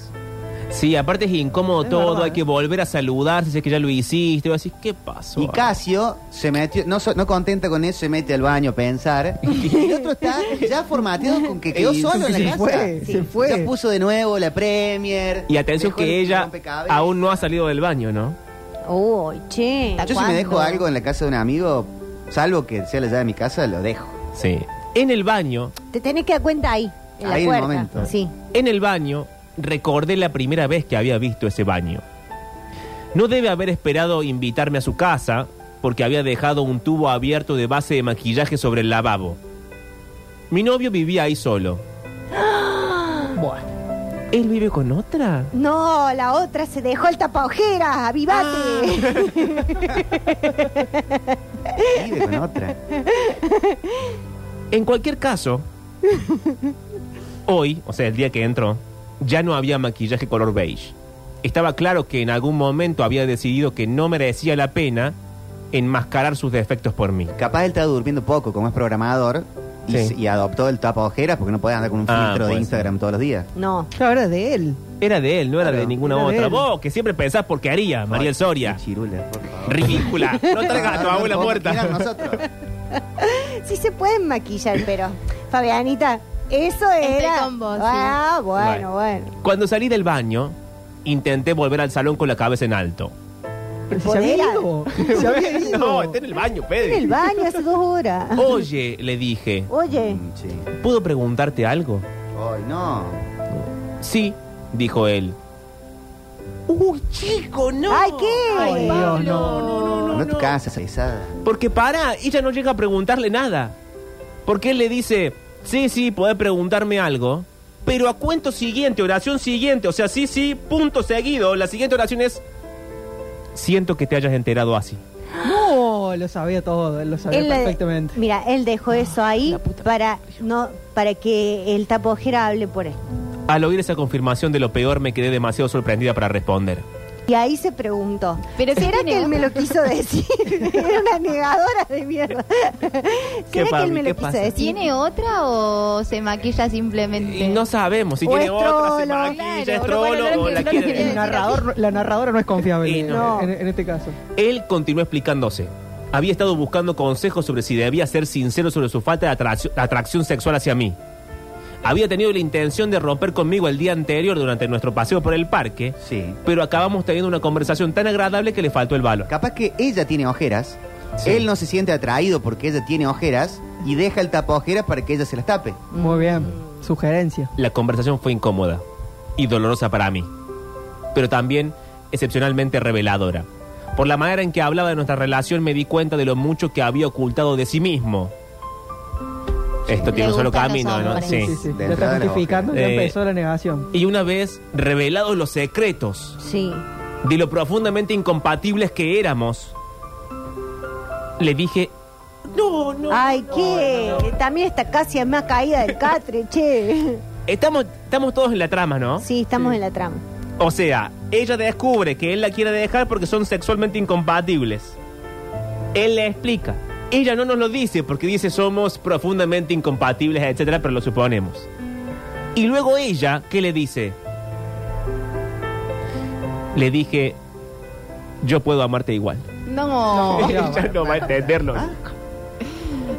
Speaker 2: Sí, aparte es incómodo
Speaker 4: Es
Speaker 2: todo,
Speaker 4: verdad,
Speaker 2: hay
Speaker 4: ¿eh?
Speaker 2: que volver a saludar si es que ya lo hiciste. Y así, ¿qué pasó?
Speaker 3: Y Casio se metió, no, so- no contenta con eso, se mete al baño a pensar. Y el otro está ya formateado con que quedó
Speaker 2: Y
Speaker 3: solo en la
Speaker 4: se
Speaker 3: casa.
Speaker 4: fue, se fue.
Speaker 3: Ya puso de nuevo la Premier.
Speaker 2: Y atención
Speaker 3: dejó el
Speaker 2: que ella
Speaker 3: rompecabezas.
Speaker 2: aún no ha salido del baño, ¿no?
Speaker 1: Oh, che.
Speaker 5: ¿Hasta
Speaker 3: Yo si me
Speaker 5: cuándo?
Speaker 3: dejo algo en la casa de un amigo, salvo que sea la llave de mi casa, lo dejo.
Speaker 2: Sí. En el baño,
Speaker 1: Te tenés que dar cuenta ahí, en
Speaker 3: Ahí en el
Speaker 1: la puerta.
Speaker 3: momento.
Speaker 1: Sí.
Speaker 2: en el baño, recordé la primera vez que había visto ese baño. No debe haber esperado invitarme a su casa porque había dejado un tubo abierto de base de maquillaje sobre el lavabo. Mi novio vivía ahí solo. ¿Él vive con otra?
Speaker 1: No, la otra se dejó el tapaojeras,
Speaker 3: Ah.
Speaker 1: avivate.
Speaker 3: Vive con otra.
Speaker 2: En cualquier caso, hoy, o sea, el día que entró, ya no había maquillaje color beige. Estaba claro que en algún momento había decidido que no merecía la pena enmascarar sus defectos por mí.
Speaker 3: Capaz él está durmiendo poco, como es programador, y,
Speaker 2: Sí.
Speaker 3: se- y adoptó el tapa ojeras porque no puede andar con un
Speaker 2: Ah,
Speaker 3: filtro de
Speaker 2: puede
Speaker 3: Instagram todos los días.
Speaker 1: No.
Speaker 4: Claro, era de él.
Speaker 2: Era de él, no era
Speaker 3: Claro,
Speaker 2: de ninguna
Speaker 4: era de
Speaker 2: otra.
Speaker 4: él.
Speaker 2: Vos, que siempre pensás porquería, Mariel
Speaker 3: Ay,
Speaker 2: Soria.
Speaker 3: qué Chirula, por favor.
Speaker 2: Ridícula. No traigas a tu
Speaker 3: Ah,
Speaker 2: abuela
Speaker 3: no, mira,
Speaker 2: muerta.
Speaker 3: nosotros.
Speaker 1: Sí se pueden maquillar, pero Fabianita, eso era.
Speaker 5: con vos, sí.
Speaker 1: ah, bueno,
Speaker 2: Bueno.
Speaker 1: bueno.
Speaker 2: Cuando salí del baño, intenté volver al salón con la cabeza en alto.
Speaker 4: Pero si se había ido. Se había ido.
Speaker 2: No, está en el baño,
Speaker 1: En el
Speaker 2: Pedro.
Speaker 1: baño hace dos horas.
Speaker 2: Oye, le dije,
Speaker 1: Oye,
Speaker 3: Mm, sí.
Speaker 2: ¿puedo preguntarte algo?
Speaker 3: Ay, no.
Speaker 2: Sí, dijo él. ¡Uy, chico, no!
Speaker 1: Ay, ¿qué?
Speaker 4: Ay, Dios,
Speaker 2: Pablo,
Speaker 4: no.
Speaker 2: no, no,
Speaker 3: No,
Speaker 2: no,
Speaker 3: te
Speaker 2: no.
Speaker 3: casas, esa.
Speaker 2: Porque para, ella no llega a preguntarle nada. Porque él le dice, sí, sí, podés preguntarme algo, pero a cuento siguiente, oración siguiente, o sea, sí, sí, punto seguido. La siguiente oración es, siento que te hayas enterado así.
Speaker 4: No, lo sabía todo, lo sabía
Speaker 1: Él la-
Speaker 4: perfectamente.
Speaker 1: mira, él dejó eso ahí
Speaker 5: la puta
Speaker 1: para no para que el tapojera hable por él.
Speaker 2: Al oír esa confirmación de lo peor me quedé demasiado sorprendida para responder.
Speaker 1: Y ahí se preguntó.
Speaker 5: Pero si
Speaker 1: ¿Será
Speaker 5: tiene
Speaker 1: que él me
Speaker 5: otro.
Speaker 1: lo quiso decir? Era una negadora de mierda.
Speaker 2: ¿Qué,
Speaker 1: ¿Será que
Speaker 2: Pablo?
Speaker 1: él me
Speaker 2: ¿Qué
Speaker 1: lo quiso
Speaker 2: pasa?
Speaker 1: decir?
Speaker 5: ¿Tiene otra o se maquilla simplemente?
Speaker 2: Y no sabemos si
Speaker 1: O
Speaker 2: tiene
Speaker 1: es
Speaker 2: otra, se
Speaker 1: trolo.
Speaker 2: maquilla,
Speaker 5: Claro,
Speaker 2: es
Speaker 5: lo bueno,
Speaker 2: trolo,
Speaker 5: no
Speaker 2: o
Speaker 5: lo
Speaker 2: la
Speaker 5: entiendo,
Speaker 2: quiere-
Speaker 4: El
Speaker 5: no lo entiendo.
Speaker 4: narrador, la narradora no es confiable
Speaker 2: Y
Speaker 4: en-
Speaker 2: no.
Speaker 4: en, en este caso.
Speaker 2: Él continuó explicándose. Había estado buscando consejos sobre si debía ser sincero sobre su falta de atrac- atracción sexual hacia mí. Había tenido la intención de romper conmigo el día anterior durante nuestro paseo por el parque,
Speaker 3: Sí.
Speaker 2: pero acabamos teniendo una conversación tan agradable que le faltó el valor.
Speaker 3: Capaz que ella tiene ojeras,
Speaker 2: Sí.
Speaker 3: él no se siente atraído porque ella tiene ojeras y deja el tapa ojeras para que ella se las tape.
Speaker 4: Muy bien, sugerencia.
Speaker 2: La conversación fue incómoda y dolorosa para mí, pero también excepcionalmente reveladora. Por la manera en que hablaba de nuestra relación me di cuenta de lo mucho que había ocultado de sí mismo. Esto
Speaker 5: Le
Speaker 2: tiene un solo
Speaker 5: gustan los
Speaker 2: camino, ¿no?
Speaker 5: hombres.
Speaker 2: Sí.
Speaker 4: Sí, sí,
Speaker 3: De
Speaker 4: ya está
Speaker 3: entrada la
Speaker 4: justificando, ya
Speaker 2: boca.
Speaker 4: empezó la negación.
Speaker 2: Y una vez revelados los secretos
Speaker 1: Sí.
Speaker 2: de lo profundamente incompatibles que éramos, le dije, no, no,
Speaker 1: Ay, ¿qué? También esta casi es más caída del catre, che.
Speaker 2: estamos, estamos todos en la trama, ¿no?
Speaker 1: Sí, estamos en la trama.
Speaker 2: O sea, ella descubre que él la quiere dejar porque son sexualmente incompatibles. Él le explica. Ella no nos lo dice porque dice somos profundamente incompatibles, etcétera, pero lo suponemos. Y luego ella, ¿qué le dice? Le dije, yo puedo amarte igual.
Speaker 5: No.
Speaker 4: No.
Speaker 2: ella no va a entenderlo.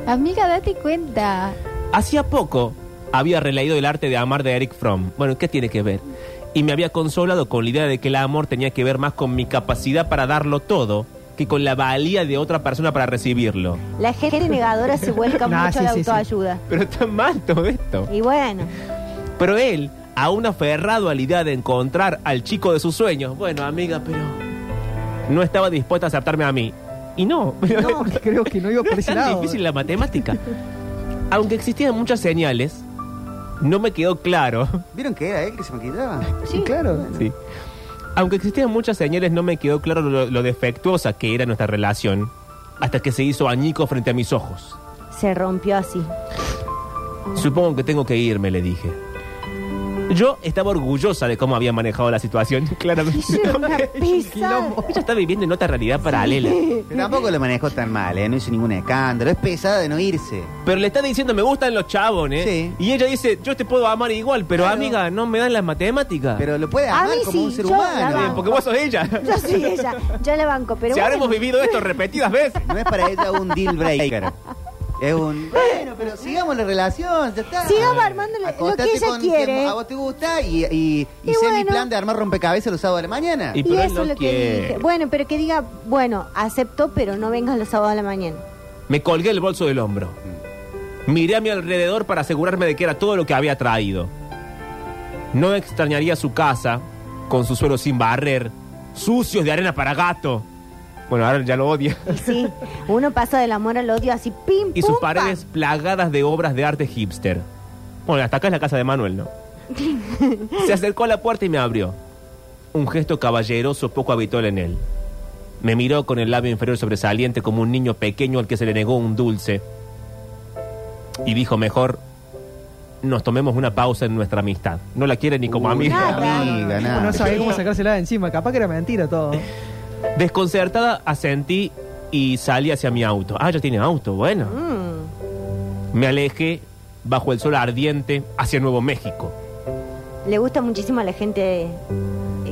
Speaker 5: Amiga, date cuenta.
Speaker 2: Hacía poco había releído el arte de amar de Eric Fromm. Bueno, ¿qué tiene que ver? Y me había consolado con la idea de que el amor tenía que ver más con mi capacidad para darlo todo que con la valía de otra persona para recibirlo.
Speaker 1: La gente negadora se vuelca
Speaker 4: Nah,
Speaker 1: mucho
Speaker 4: sí,
Speaker 1: a la
Speaker 4: sí, sí.
Speaker 1: autoayuda.
Speaker 2: Pero está mal todo esto.
Speaker 1: Y bueno,
Speaker 2: Pero él, aún aferrado a la idea de encontrar al chico de sus sueños, bueno, amiga, pero no estaba dispuesta a aceptarme a mí. Y no, pero
Speaker 4: No, creo que no iba por
Speaker 2: es
Speaker 4: ese
Speaker 2: tan
Speaker 4: lado.
Speaker 2: difícil la matemática. Aunque existían muchas señales, no me quedó claro
Speaker 3: ¿Vieron que era él que se maquillaba?
Speaker 4: Sí, claro.
Speaker 2: Sí. Aunque existían muchas señales, no me quedó claro lo, lo defectuosa que era nuestra relación hasta que se hizo añico frente a mis ojos.
Speaker 1: se rompió así.
Speaker 2: Supongo que tengo que irme, le dije. Yo estaba orgullosa de cómo había manejado la situación, claramente.
Speaker 1: Era una pizza.
Speaker 2: Ella está viviendo en otra realidad paralela.
Speaker 3: Pero tampoco lo manejó tan mal, ¿eh? no hizo ningún escándalo. Es pesada de no irse.
Speaker 2: Pero le está diciendo, me gustan los chabones.
Speaker 3: Sí.
Speaker 2: Y ella dice, yo te puedo amar igual, pero
Speaker 3: Claro.
Speaker 2: amiga, no me dan las matemáticas.
Speaker 3: Pero lo puede
Speaker 1: A
Speaker 3: amar
Speaker 1: mí
Speaker 3: como
Speaker 1: sí,
Speaker 3: un ser
Speaker 1: yo la
Speaker 3: humano.
Speaker 1: banco.
Speaker 2: Porque vos sos ella.
Speaker 1: Yo soy ella, yo la banco, pero
Speaker 2: si
Speaker 1: bueno.
Speaker 2: habremos vivido esto repetidas veces.
Speaker 3: No es para ella un deal breaker. Es un. Bueno, pero sigamos la relación, ya está.
Speaker 1: Sigamos armando lo- lo
Speaker 3: Acostate
Speaker 1: que ella
Speaker 3: con
Speaker 1: quiere.
Speaker 3: quien A vos te gusta y, y, y
Speaker 1: Y
Speaker 3: sé mi
Speaker 1: bueno.
Speaker 3: plan de armar rompecabezas los sábados de la mañana.
Speaker 2: Y-
Speaker 1: Y
Speaker 2: pero él
Speaker 1: eso
Speaker 2: no
Speaker 1: es lo
Speaker 2: quiere.
Speaker 1: que dije. Bueno, pero que diga, bueno, acepto, pero no vengas los sábados a la mañana.
Speaker 2: Me colgué el bolso del hombro. Miré a mi alrededor para asegurarme de que era todo lo que había traído. No extrañaría su casa, con su suelo sin barrer, sucios de arena para gato. Bueno, ahora ya lo odia.
Speaker 1: Y sí, uno pasa del amor al odio así, pim,
Speaker 2: Y sus
Speaker 1: pum, pam.
Speaker 2: paredes plagadas de obras de arte hipster. Bueno, hasta acá es la casa de Manuel, ¿no? Se acercó a la puerta y me abrió. Un gesto caballeroso poco habitual en él. Me miró con el labio inferior sobresaliente como un niño pequeño al que se le negó un dulce. Y dijo mejor, nos tomemos una pausa en nuestra amistad. No la quiere ni como
Speaker 3: Uy,
Speaker 2: amiga.
Speaker 3: amiga, nada.
Speaker 4: No sabía cómo sacársela de encima, capaz que era mentira todo.
Speaker 2: Desconcertada asentí y salí hacia mi auto. Ah, ya tiene auto, bueno.
Speaker 1: Mm.
Speaker 2: Me alejé bajo el sol ardiente hacia Nuevo México.
Speaker 1: Le gusta muchísimo a la gente eh,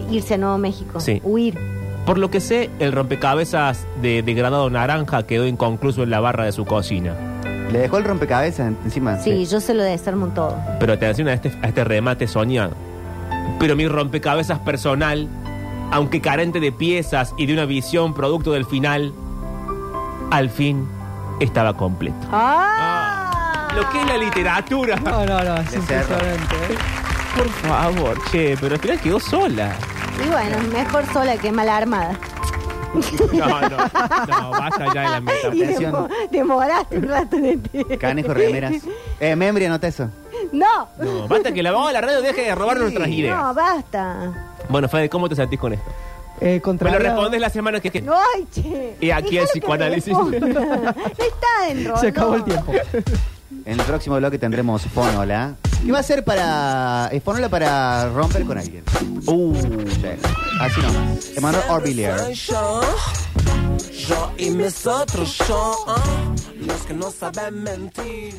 Speaker 1: irse a Nuevo México,
Speaker 2: Sí.
Speaker 1: huir.
Speaker 2: Por lo que sé, el rompecabezas de degradado naranja quedó inconcluso en la barra de su cocina.
Speaker 3: Le dejó el rompecabezas en- encima.
Speaker 1: Sí, yo se lo desarmo todo.
Speaker 2: Pero atención a este, a este remate soñado. Pero mi rompecabezas personal, aunque carente de piezas y de una visión producto del final, al fin estaba completo.
Speaker 1: ¡Ah!
Speaker 2: Lo que es la literatura.
Speaker 4: No, no, no, es
Speaker 3: De cerro.
Speaker 4: impresionante. ¿eh?
Speaker 2: Por favor, che, pero al final quedó sola.
Speaker 1: Y bueno, mejor sola que mal armada.
Speaker 2: No, no, no, basta ya de la meta.
Speaker 1: Y
Speaker 3: Atención.
Speaker 1: demo- demoraste un rato en este.
Speaker 3: Canejo remeras. Eh, Membri, anota eso.
Speaker 1: No,
Speaker 2: No, basta que la vamos a la radio deje de robar nuestras
Speaker 1: no,
Speaker 2: ideas.
Speaker 1: basta.
Speaker 2: Bueno, Fede, ¿cómo te sentís con esto?
Speaker 4: Eh,
Speaker 2: Me lo
Speaker 4: contrariado-
Speaker 2: respondes la semana que... que-
Speaker 1: No, ay, che.
Speaker 2: Y aquí
Speaker 1: Dejalo
Speaker 2: el
Speaker 1: que
Speaker 2: psicoanálisis.
Speaker 1: me responda. No está dentro.
Speaker 4: Se acabó
Speaker 1: no.
Speaker 4: el tiempo.
Speaker 3: En el próximo bloque tendremos Fonola. ¿Qué va a ser para. eh, Fonola para romper con alguien?
Speaker 2: Uh,
Speaker 3: Sí. Así nomás. Emanuel Orbilier.
Speaker 6: Yo, yo y mis otros yo, ah, los que no saben mentir.